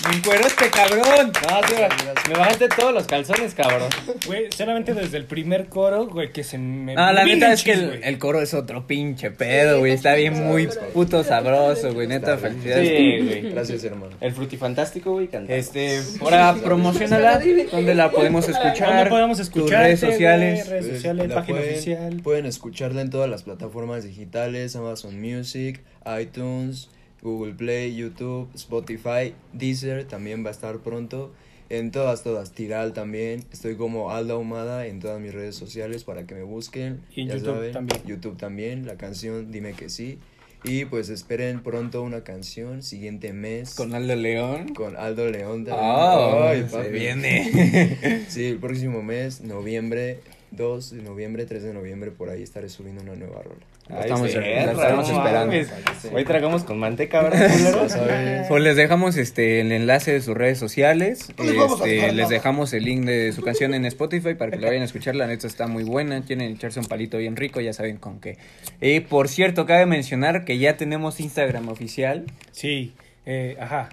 B: Me encuero este cabrón.
D: Ah,
C: No, sí, me- me bajaste todos los calzones, cabrón.
A: Güey, solamente desde el primer coro, güey, que se me.
B: No, la
A: vino
B: neta
A: el
B: es que
A: chis,
B: el,
A: güey.
B: el coro es otro pinche pedo, güey. Está bien muy puto sabroso, güey. Neta, felicidades.
C: Sí, güey.
D: Gracias, hermano.
C: El frutifantástico, güey, cantando.
B: Este, ahora promocionala, donde la podemos escuchar.
A: ¿Dónde podemos
B: Tus
A: escuchar?
B: redes sociales.
A: Redes sociales,
D: La
A: página
D: pueden-
A: oficial.
D: Pueden escucharla en todas las plataformas digitales, Amazon Music, iTunes, Google Play, YouTube, Spotify, Deezer también va a estar pronto. En todas, todas. Tiral también. Estoy como Alda Humada en todas mis redes sociales para que me busquen.
A: Y en YouTube también.
D: YouTube también. La canción Dime que sí. Y pues esperen pronto una canción. Siguiente mes.
B: Con Aldo León.
D: con Aldo León también.
B: Oh,
D: Ay,
B: se
D: papi.
B: viene.
D: [laughs] Sí, el próximo mes, noviembre, 2 de noviembre, 3 de noviembre, por ahí estaré subiendo una nueva rola.
B: La estamos,
C: Ay,
B: la
C: perra,
B: estamos
C: no
B: esperando.
C: mames. Hoy tragamos con manteca, ¿verdad? culero? [laughs]
D: Ya sabes.
B: Pues les dejamos este el enlace de sus redes sociales. Este, les dejamos el link de su canción en Spotify para que la vayan a escuchar. La neta está muy buena. Quieren echarse un palito bien rico, ya saben con qué. Y por cierto, cabe mencionar que ya tenemos Instagram oficial.
A: Sí, eh, ajá.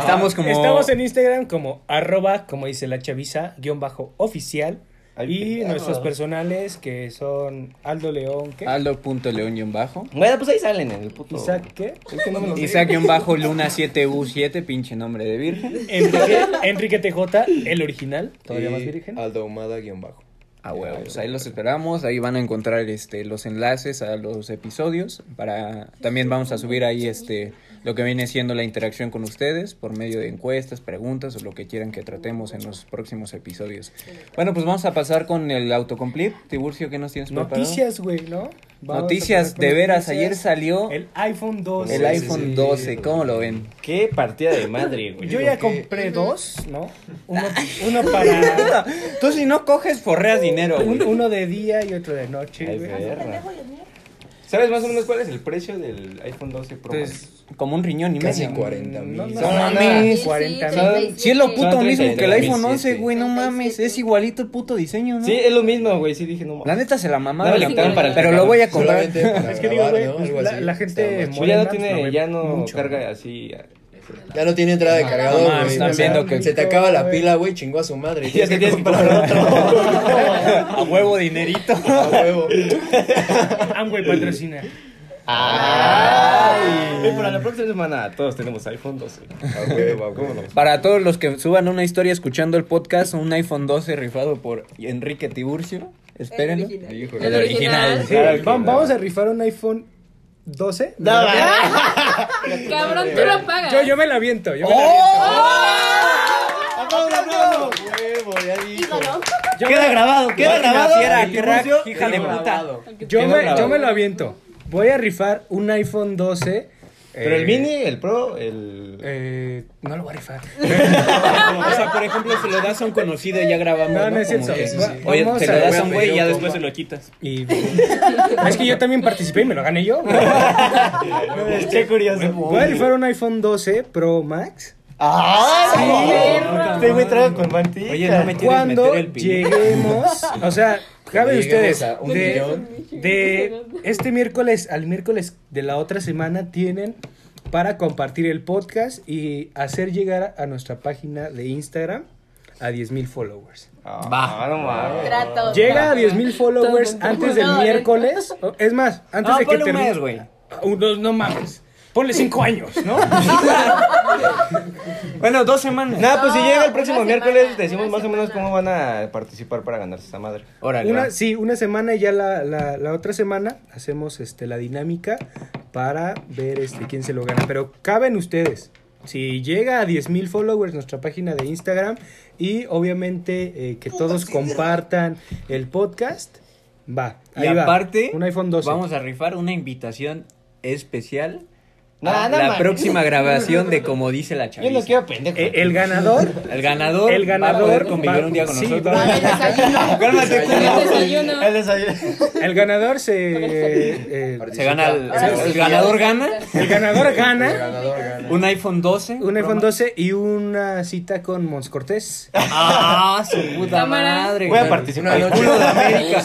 B: Estamos como.
A: Estamos en Instagram como arroba, como dice la chaviza, guión bajo oficial.
C: Ay,
A: y
C: perro.
A: nuestros personales que son Aldo León, ¿qué?
B: Aldo.león-bajo.
C: Bueno, pues ahí salen en el puto.
A: Isaac, ¿qué?
C: Es que no me lo sé.
B: Isaac-Luna7U7, pinche nombre de virgen.
A: Enrique, Enrique TJ, el original, [laughs] ah, todavía
D: Y
A: más virgen.
D: Aldo Humada guión bajo.
B: Ah, huevo, pues ahí los esperamos, ahí van a encontrar este los enlaces a los episodios para también vamos a subir ahí este lo que viene siendo la interacción con ustedes por medio de encuestas, preguntas o lo que quieran que tratemos en los próximos episodios. Bueno, pues vamos a pasar con el autocomplete. Tiburcio, ¿qué nos tienes preparado?
A: Noticias, güey, ¿no? Vamos a
B: Noticias
A: empezar
B: de
A: con
B: veras,
A: noticias.
B: ayer salió el,
A: El iPhone 12.
D: sí,
B: iPhone
D: sí.
B: 12, ¿cómo lo ven? [laughs]
C: Qué partida de madre, güey.
A: Yo ya compré dos, ¿no? Uno, uno para.
B: Tú si no coges, forreas dinero,
A: un-
B: güey.
A: uno de día y otro de noche,
C: Ay,
A: güey.
C: verga.
E: Pendejo y el mío.
C: ¿Sabes más o menos cuál es el precio del iPhone 12 Pro? Max?
B: Pues, como un riñón y
D: Casi
B: medio.
D: 40 mil.
A: Mm, No, no, no,
B: No mames.
A: no, 40
E: Sí,
A: [laughs]
E: sí,
A: mil.
E: sí.
B: Si es lo puto
C: Son
B: mismo que el
C: 37.
B: iPhone 11, güey, no mames, es igualito el puto diseño, ¿no?
C: sí, es lo mismo, güey. Sí, dije, no
B: La
C: mames.
B: neta se la mamaba,
C: No, le quitaron para el
B: pero
C: pecado.
B: lo voy a comprar.
A: [laughs] Es que digo, güey, pues, la- la gente
C: Pues ya no
A: Morena,
C: tiene,
A: no ve
C: ya no
A: mucho,
C: carga así.
D: Ya no tiene entrada de cargador,
B: No
D: güey.
B: mames, están
D: O sea,
B: viendo que-
D: Se te acaba la pila, güey, chingó a su madre.
C: Ya te tienes que comprar
B: [laughs]
C: otro.
B: A huevo dinerito.
D: [laughs] A huevo.
A: Amway Ah, patrocina.
C: Ay. Para la próxima semana todos tenemos iPhone 12.
D: A huevo, a huevo.
B: Para todos los que suban una historia escuchando el podcast, un iPhone 12 rifado por Enrique Tiburcio. Espérenlo.
E: El original.
B: Híjole.
E: El original.
A: Sí,
C: Claro que
A: va-
C: no.
A: vamos a rifar un iPhone 12.
E: Cabrón, tú lo pagas.
A: Yo, yo me la aviento. Yo me
C: ¡Oh!
A: la aviento.
B: ¡Oh!
E: Ídolo.
A: Yo me la-
C: grabado,
B: Queda grabado. Qué rack, hija de puta.
A: Yo
C: Queda
A: me,
C: grabado.
A: yo me lo aviento. Voy a rifar un iPhone 12.
C: Pero
A: eh,
C: el mini, el pro, el.
A: eh, no lo voy a rifar.
B: [laughs] O sea, por ejemplo, se lo das a un conocido y ya grabamos.
A: No, no es
B: Como
A: cierto.
B: que-
A: Sí, sí.
B: Oye,
A: Vamos
B: te
A: a-
B: lo das
A: voy
B: a
A: a
B: un güey y ya
A: pedir
B: después se lo quitas.
A: Y, [laughs] es que yo también participé y me lo gané
B: [laughs]
A: yo. [laughs] güey.
C: Qué curioso.
A: Voy a rifar un iPhone 12 Pro Max.
C: ¡Ah! Este güey traga con mantica.
B: Oye, no me quieres
A: Cuando
B: meter el pin.
A: lleguemos, o
B: [laughs]
A: sea, cabe
D: Cuando
A: ustedes,
D: lleguemos a un
A: de,
D: millón.
A: de este miércoles al miércoles de la otra semana tienen para compartir el podcast y hacer llegar a nuestra página de Instagram a 10.000 followers.
C: Va. Ah, no mames.
E: Trato.
A: Llega a 10.000 followers antes del
E: No,
A: miércoles, o- es más, antes
B: eh. No,
A: de que
B: ponle un mes,
A: termine.
B: güey.
A: Unos, no mames. Ponle 5 años, ¿no?
B: Bueno, dos semanas.
C: Nada, pues si llega el
E: una
C: próximo
E: semana,
C: miércoles, decimos
E: una
C: más o menos
E: semana.
C: cómo van a participar para ganarse esa madre.
B: Órale.
A: Una,
B: va.
A: sí, una semana y ya la, la, la otra semana hacemos este, la dinámica para ver este, quién se lo gana. Pero caben ustedes. Si llega a 10.000 followers nuestra página de Instagram y obviamente eh, que todos compartan el podcast, va.
B: Y
A: ahí va,
B: aparte,
A: un iPhone 12.
B: vamos a rifar una invitación especial
C: No,
B: a
C: no
B: Ah, la
C: mames.
B: [laughs] próxima grabación de Como dice la
C: Yo no
B: chaviza.
C: quiero pendejo.
A: Eh, el ganador.
B: El ganador,
A: El
B: va a poder
A: ganador
B: convivir
A: va-
B: un día con
A: sí,
B: nosotros.
A: va-
E: El desayuno.
B: Cálmate,
E: El
B: culo.
E: desayuno.
C: El desayuno.
A: El ganador se. eh,
B: Se gana el,
E: Ahora
B: el
E: sí.
B: ganador gana
A: el ganador gana
D: ganador gana.
B: un iPhone 12.
A: un iPhone 12 y una cita con Mons Cortés.
B: Ah, su puta
E: Cámara.
B: madre.
C: Voy a
B: güey.
C: participar.
D: Una
B: Culo de
D: noche.
E: [laughs]
B: América.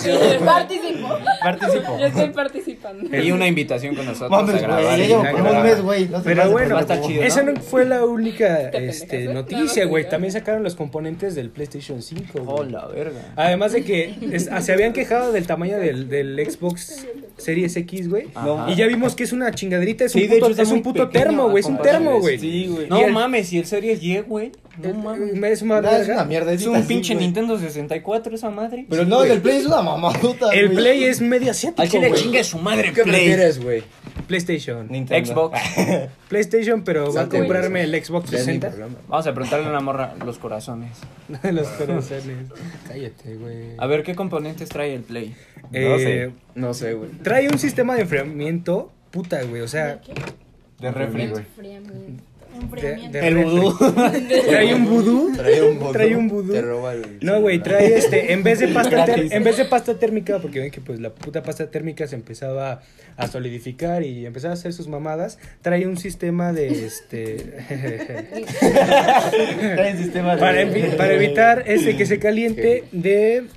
E: Participo.
C: Participo.
E: Yo estoy participando.
B: Y una invitación con nosotros a
C: Mames, güey.
B: grabar.
C: Ya
A: y
C: llevo
A: la
C: como
A: grabada.
C: un mes, güey. No se
A: Pero
C: pasa,
A: bueno,
B: va a estar chido, ¿no?
A: esa no fue la única
E: Te
A: este,
E: pendejas, ¿no?
A: noticia,
E: No,
A: güey.
E: sí,
A: También sacaron los componentes del PlayStation 5. güey.
B: Hola, verga.
A: Además de que
E: [laughs]
A: es- ah, se habían quejado del tamaño del, del Xbox Series X, güey.
B: Ajá.
A: Y ya vimos que es una chingaderita, es
B: Sí,
A: un
B: de hecho,
A: puto,
B: está
A: es un
B: muy
A: puto
B: pequeño
A: termo,
B: a
A: güey. Es un
B: comparación
A: termo,
B: de
A: güey.
B: ese.
C: Sí, güey.
B: No
A: Y el-
B: mames, y el Series Y, güey. No
A: Eh,
B: mames.
A: me- Es una
C: No, es
A: verga.
C: una mierda.
B: Es un pinche Nintendo 64 esa madre.
D: Pues,
C: Pero no, el Play es una mamadota.
A: El
C: güey.
A: Play es medio asiático,
B: Al chile
A: güey.
B: chingue su madre,
D: ¿Qué
B: Play.
D: prefieres, güey?
A: PlayStation.
C: Nintendo.
B: Xbox.
A: PlayStation, pero va a
D: Salte, güey,
A: comprarme el Xbox
D: Ya es mi
A: 60.
D: programa.
B: Vamos a preguntarle a una morra los corazones.
A: [laughs] Los corazones. Cállate, güey.
B: A ver, ¿qué componentes trae el Play?
C: No sé.
A: Eh,
D: No sé, güey.
A: Trae un sistema de enfriamiento, puta, güey. O sea,
C: De refri, güey.
E: Enfriamiento.
A: de-
E: Enfriamiento.
A: de refri. Trae un vudú.
D: Trae un vudú.
A: Trae un vudú.
D: Te roba el
A: No, güey,
D: celular.
A: trae este, en vez de pasta
C: Gratis.
A: tér- en vez de pasta térmica, porque ven que pues la puta pasta térmica se empezaba a solidificar y empezaba a hacer sus mamadas, trae un sistema de
E: [laughs]
A: este [laughs]
C: Trae el sistema de.
A: para, evi- para evitar ese que se caliente de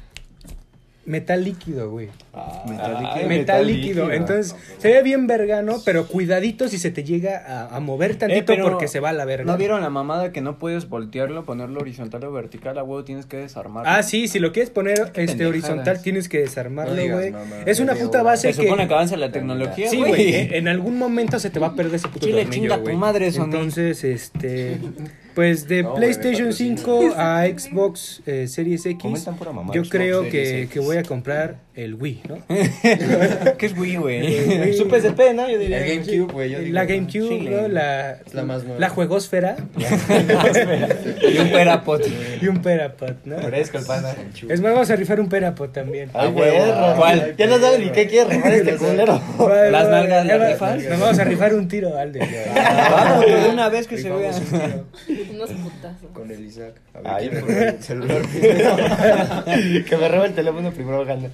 A: metal líquido, güey.
C: Ah,
B: Metal líquido.
A: metal, líquido. Entonces, se ve bien vergano, pero cuidadito si se te llega a, a mover
B: Eh,
A: tantito
B: pero
A: porque se va a la verga.
B: ¿No vieron la mamada que no puedes voltearlo, ponerlo horizontal o vertical? A huevo tienes que desarmarlo.
A: Ah, sí, si lo quieres poner este
B: pendejadas.
A: horizontal tienes que desarmarlo,
D: No digas
A: güey.
D: mamá,
A: es una
D: digo,
A: puta
D: güey.
A: base
B: Se
A: que
B: supone que avanza la tecnología,
A: Sí,
B: [laughs]
A: güey, en algún momento se te va a perder ese puto
B: Chile,
A: tornillo,
B: chinga tu
A: güey.
B: madre, Sony.
A: Entonces, este Pues de
D: No, güey, me
A: PlayStation
D: patrocina.
A: 5 a Xbox eh, Series X,
C: Comentan pura mamada.
A: yo
C: Xbox
A: creo
C: Series
A: que,
C: X.
A: que voy a comprar el Wii, ¿no?
B: ¿Qué es Wii, güey?
A: El [laughs] Wii,
C: Su PSP, ¿no? Yo diría.
D: [laughs] El GameCube, güey. yo digo,
A: la
D: no,
A: GameCube,
D: chile.
A: ¿no? La,
D: la más nueva.
A: la
D: [laughs]
A: juegosfera
B: [laughs] Y un perapot.
A: y un Perapod, ¿no?
C: Fresco el pana.
A: Es más, vamos a rifar un Perapod también.
C: Ay,
D: güey,
C: perro.
B: ¿cuál?
C: Ya no saben ni qué quiere robar este culero.
A: Va,
B: ¿Las
A: va,
B: nalgas
A: ya
B: las
A: va-
B: rifas?
A: Nos vamos a rifar un tiro,
D: [laughs]
A: Alde. [laughs]
B: Vamos,
D: Ah,
B: de una vez que se vea.
D: Rifamos un tiro
E: Unos putazos.
D: Con el Isaac. A ver,
C: Ay,
D: ¿quién
C: por-
D: roba el celular primero?
C: [laughs] Que me robe el teléfono primero gana.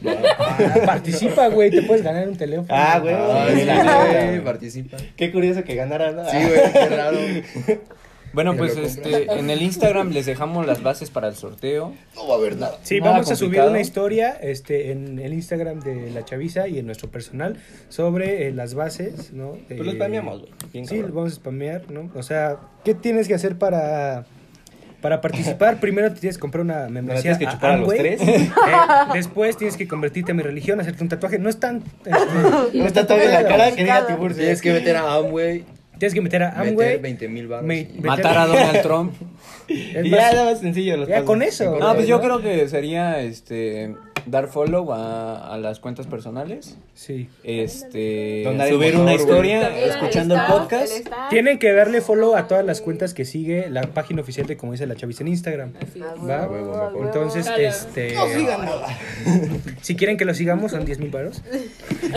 A: Participa, güey, te puedes ganar un teléfono.
C: Ah,
D: [laughs]
C: güey.
D: Ay, sí, güey, participa.
C: Qué curioso que ganara, ¿no?
D: Sí, güey, qué raro.
B: Bueno,
D: Me
B: pues
D: lo
B: este, en el Instagram les dejamos las bases para el sorteo.
D: No va a haber nada.
A: Sí,
B: Nada
A: vamos a subir
B: complicado.
A: una historia este, en el Instagram de La Chaviza y en nuestro personal sobre eh, las bases, ¿no?
C: Pues
A: Eh,
C: lo spameamos, güey. Bien
A: Sí, lo
C: cabrón.
A: vamos a spamear, ¿no? O sea, ¿qué tienes que hacer para, para
C: [laughs]
A: participar? Primero te tienes que comprar una membresía
C: tienes que
A: a
C: chupar a los
A: Amway.
C: tres. [laughs]
A: Eh, después tienes que convertirte a mi religión, hacerte un tatuaje. No es tan...
B: [laughs]
A: este,
C: No Ah, está tan en
A: tan
C: la cara
A: complicado.
C: que diga Tiburcio.
D: Tienes que meter a Amway,
A: Tienes que meter a
D: meter
A: Amway.
D: 20 mil baros.
A: me-
D: y-
A: meter-
B: Matar a
A: [laughs]
B: Donald Trump.
A: es
C: Y
A: más,
C: ya, nada más sencillo. Los
A: ya
C: pasos.
A: con eso.
B: No, pues yo
A: ¿no?
B: creo que sería este dar follow a, a las cuentas personales.
A: Sí.
B: Este
C: Donar el
B: subir
C: motor,
B: una
C: güey.
B: historia
E: También
B: escuchando el
E: staff,
B: podcast.
E: el staff.
A: Tienen que darle follow a todas las cuentas que sigue la página oficial de como dice la chaviza en Instagram.
E: Así es.
C: Ah,
A: ¿Va? Entonces,
E: Dale.
A: este. Si quieren que lo sigamos, son 10 mil varos.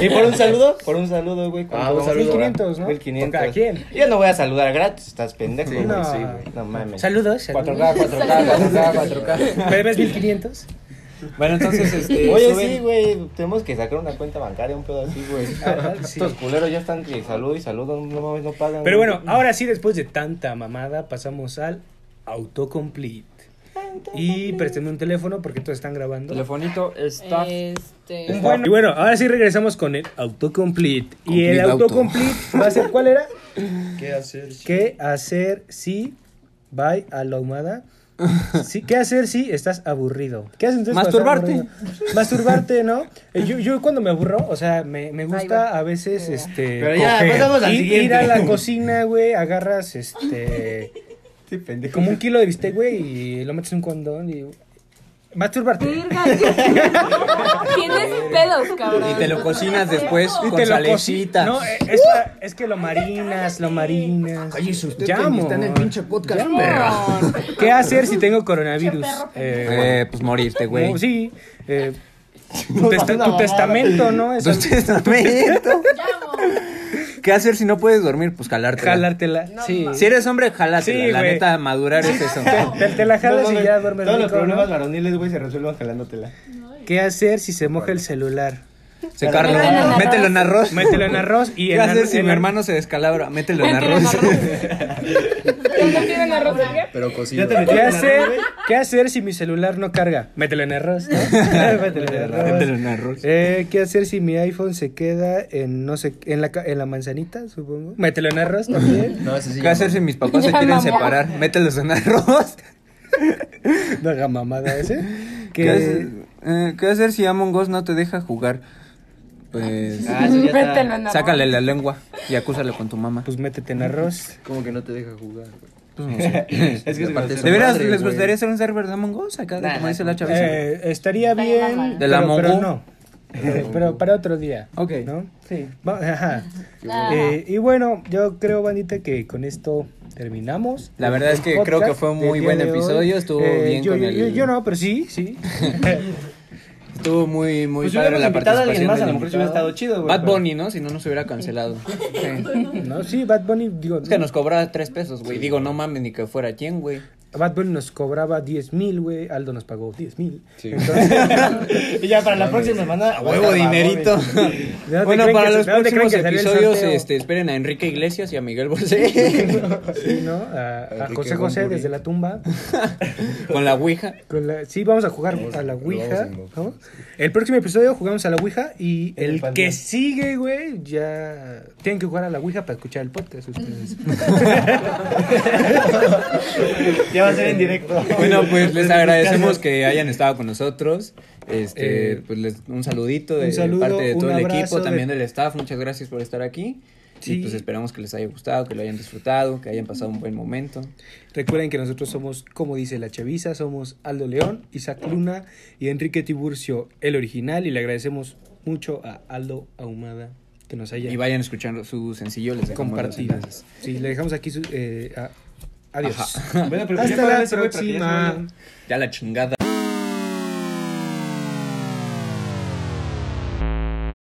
C: ¿Y por un saludo? Por un saludo, güey.
D: Ah, un saludo.
A: 1500, ¿no?
C: 1500.
A: ¿Por cada quién?
C: Yo no voy a saludar gratis, estás pendejo. güey.
A: no.
C: Sí, güey. No mames.
A: Saludos. saludos.
C: 4K, [laughs]
B: [laughs]
C: 4K, 4K, 4K.
A: ¿Me debes 1500?
B: Bueno, entonces este
C: Oye,
B: suben-
C: sí, güey. Tenemos que sacar una cuenta bancaria, un pedo así,
A: [laughs]
C: güey.
A: Ah, sí.
C: Estos culeros ya están que saludo y saludo. No mames, no pagan.
A: Pero
C: güey.
A: bueno, ahora sí, después de tanta mamada, pasamos al autocomplete. Y préstame un teléfono porque todos están grabando.
B: telefonito staff.
A: Eh,
E: Este.
A: Un buen- Y Ah, bueno, ahora sí regresamos con el autocomplete. Y el
D: Complete auto.
A: autocomplete va a ser, ¿cuál era?
D: ¿Qué hacer? chico?
A: ¿Qué hacer si bye a la humada? Sí, ¿Qué hacer si estás aburrido? ¿Qué haces entonces cuando estás
B: Masturbarte.
A: aburrido? Masturbarte, ¿no? Eh, Yo, yo cuando me aburro, o sea, me, me
E: Ahí
A: gusta
E: va.
A: a veces, este...
C: Pero ya,
A: coger.
C: pasamos al
A: Ir- Ir
C: siguiente.
A: a la cocina, güey, agarras, este... Como un kilo de bistec, güey, y lo metes en un condón y... Masturbarte.
E: Verga, ¿qué- Tienes pedos, cabrón.
B: Y te lo cocinas después
A: [laughs] Y
B: con
A: te lo
B: salecita.
A: cocinas. No, eh, es, la- es que lo marinas, lo marinas.
D: Cállese usted,
A: Ya,
D: que ni está en el
A: amor.
D: pinche podcast,
A: Ya,
D: perra.
A: amor. ¿Qué hacer si tengo coronavirus? Eh,
B: Eh, pues morirte, güey. [laughs]
A: no, sí. eh, tu, testa- tu testamento, ¿no? Es
B: Entonces, testamento. ¿Qué hacer si no puedes dormir? Pues jalártela.
A: [laughs] jalártela. sí.
B: Si eres hombre, jalártela.
A: Sí,
B: la
A: güey.
B: neta, madurar es eso.
A: Te, te la jalas y ya duermes
C: Todos los
A: rico, ¿no?
C: problemas varoniles, güey, se resuelven jalándotela.
A: ¿Qué hacer si se moja el celular?
B: Se carga. Mételo en arroz.
A: Mételo en arroz y
B: ¿Qué
A: en
B: hacer
A: arroz-
B: si
A: en
B: mi
A: ar-
B: hermano se descalabra? Mételo en
E: Mételo
B: arroz.
E: en ¿Te tienen arroz de qué?
D: Pero
C: Ya
D: cocido.
C: te metí
A: ¿Qué
C: en la red,
A: hacer?
C: güey.
A: ¿Qué hacer si mi celular no carga? Mételo en arroz. ¿no? Mételo en arroz.
B: [laughs] Mételo en arroz.
A: Eh, ¿Qué hacer si mi iPhone se queda en no sé en la ca- en la manzanita, supongo? Mételo en arroz también.
B: [laughs]
D: No, ese sí.
B: ¿Qué hacer si mis papás se
E: Ya,
B: quieren
E: mamá.
B: separar? Mételos en arroz.
A: no haga mamada ese.
B: ¿Qué, hacer, eh, qué hacer si Among Us no te deja jugar? Pues.
C: Ah, eso ya está.
E: Mételo en arroz.
B: Sácale la lengua y acúsalo con tu mamá.
A: Pues métete en arroz.
D: Como que no te deja jugar, güey.
B: Pues no sé. [laughs]
C: Es que es
D: Aparte,
C: grosero.
B: ¿De veras
D: madre,
B: les
D: güey.
B: gustaría hacer un server de Among Us acá?
C: Nah,
B: como
C: nah,
B: dice la chaviza.
A: Eh, estaría bien.
B: ¿De la
A: pero, pero
B: Mongo?
A: no. Pero, pero para otro día.
B: Ok.
A: ¿no?
B: Sí.
A: Va- ajá.
E: Ah.
A: Eh, y bueno, yo creo, bandita, que con esto terminamos.
B: La verdad es que
A: El
B: creo que
A: podcast
B: fue un
A: del
B: muy
A: día
B: buen
A: de hoy. Eh,
B: episodio, estuvo bien
A: yo,
B: con
A: yo-
B: el-
A: yo- yo no, pero sí,
B: [laughs]
A: sí.
B: Estuvo muy, muy
C: Pues si
B: padre
C: hubiéramos
B: la
C: invitado a
B: participación.
C: alguien más, a
B: del
C: lo mejor se hubiera
B: invitado.
C: estado chido, güey.
B: Bad
C: pero-
B: Bunny, ¿no? Si no, nos hubiera cancelado. Sí.
A: No, sí, Bad Bunny, digo,
B: Es que nos cobraba tres pesos, güey. Digo, no mames, ni que fuera 100, güey.
A: Bad Bunny nos cobraba 10 mil, güey. Aldo nos pagó 10 mil.
D: Sí.
C: Y ya para la próxima semana.
B: A huevo
C: Bad Bunny.
B: dinerito.
A: dónde
B: [laughs] bueno,
A: creen
B: para
A: que-
B: los
A: de dónde creen
B: próximos
A: que salió el
B: episodios,
A: sorteo?
B: este, esperen a Enrique Iglesias y a Miguel Bosé.
A: [laughs] Sí, ¿no? A, a
D: Enrique
A: José José
D: Bunbury.
A: desde la tumba.
B: [laughs] con la Ouija.
A: Con la- Sí, vamos a jugar a la
D: lo
A: Ouija.
D: vamos a
A: ¿no? El próximo episodio jugamos a la Ouija y
C: En el
A: el
C: panteón.
A: que sigue, güey, ya tienen que jugar a la Ouija para escuchar el podcast ustedes.
C: [laughs] Ya va a ser en directo.
B: Bueno, pues les agradecemos que hayan estado con nosotros. Este,
A: Eh,
B: pues les, un saludito de
A: un saludo,
B: parte de
A: un
B: todo el
A: abrazo
B: equipo,
A: de-
B: también del staff. Muchas gracias por estar aquí.
A: Sí.
B: Y pues esperamos que les haya gustado, que lo hayan disfrutado, que hayan pasado un buen momento.
A: Recuerden que nosotros somos, como dice la chaviza, somos Aldo León, Isaac Luna y Enrique Tiburcio, el original. Y le agradecemos mucho a Aldo Ahumada que nos haya
B: Y vayan escuchando su sencillo, les dejamos los
A: compartido.
B: enlaces.
A: Sí, le dejamos aquí su... eh, a- adiós.
B: Ajá.
C: [laughs] Bueno, pero
A: Hasta
C: ya para
A: la
C: ese güey, para que ya se
A: próxima.
C: vayan.
B: Ya la chingada.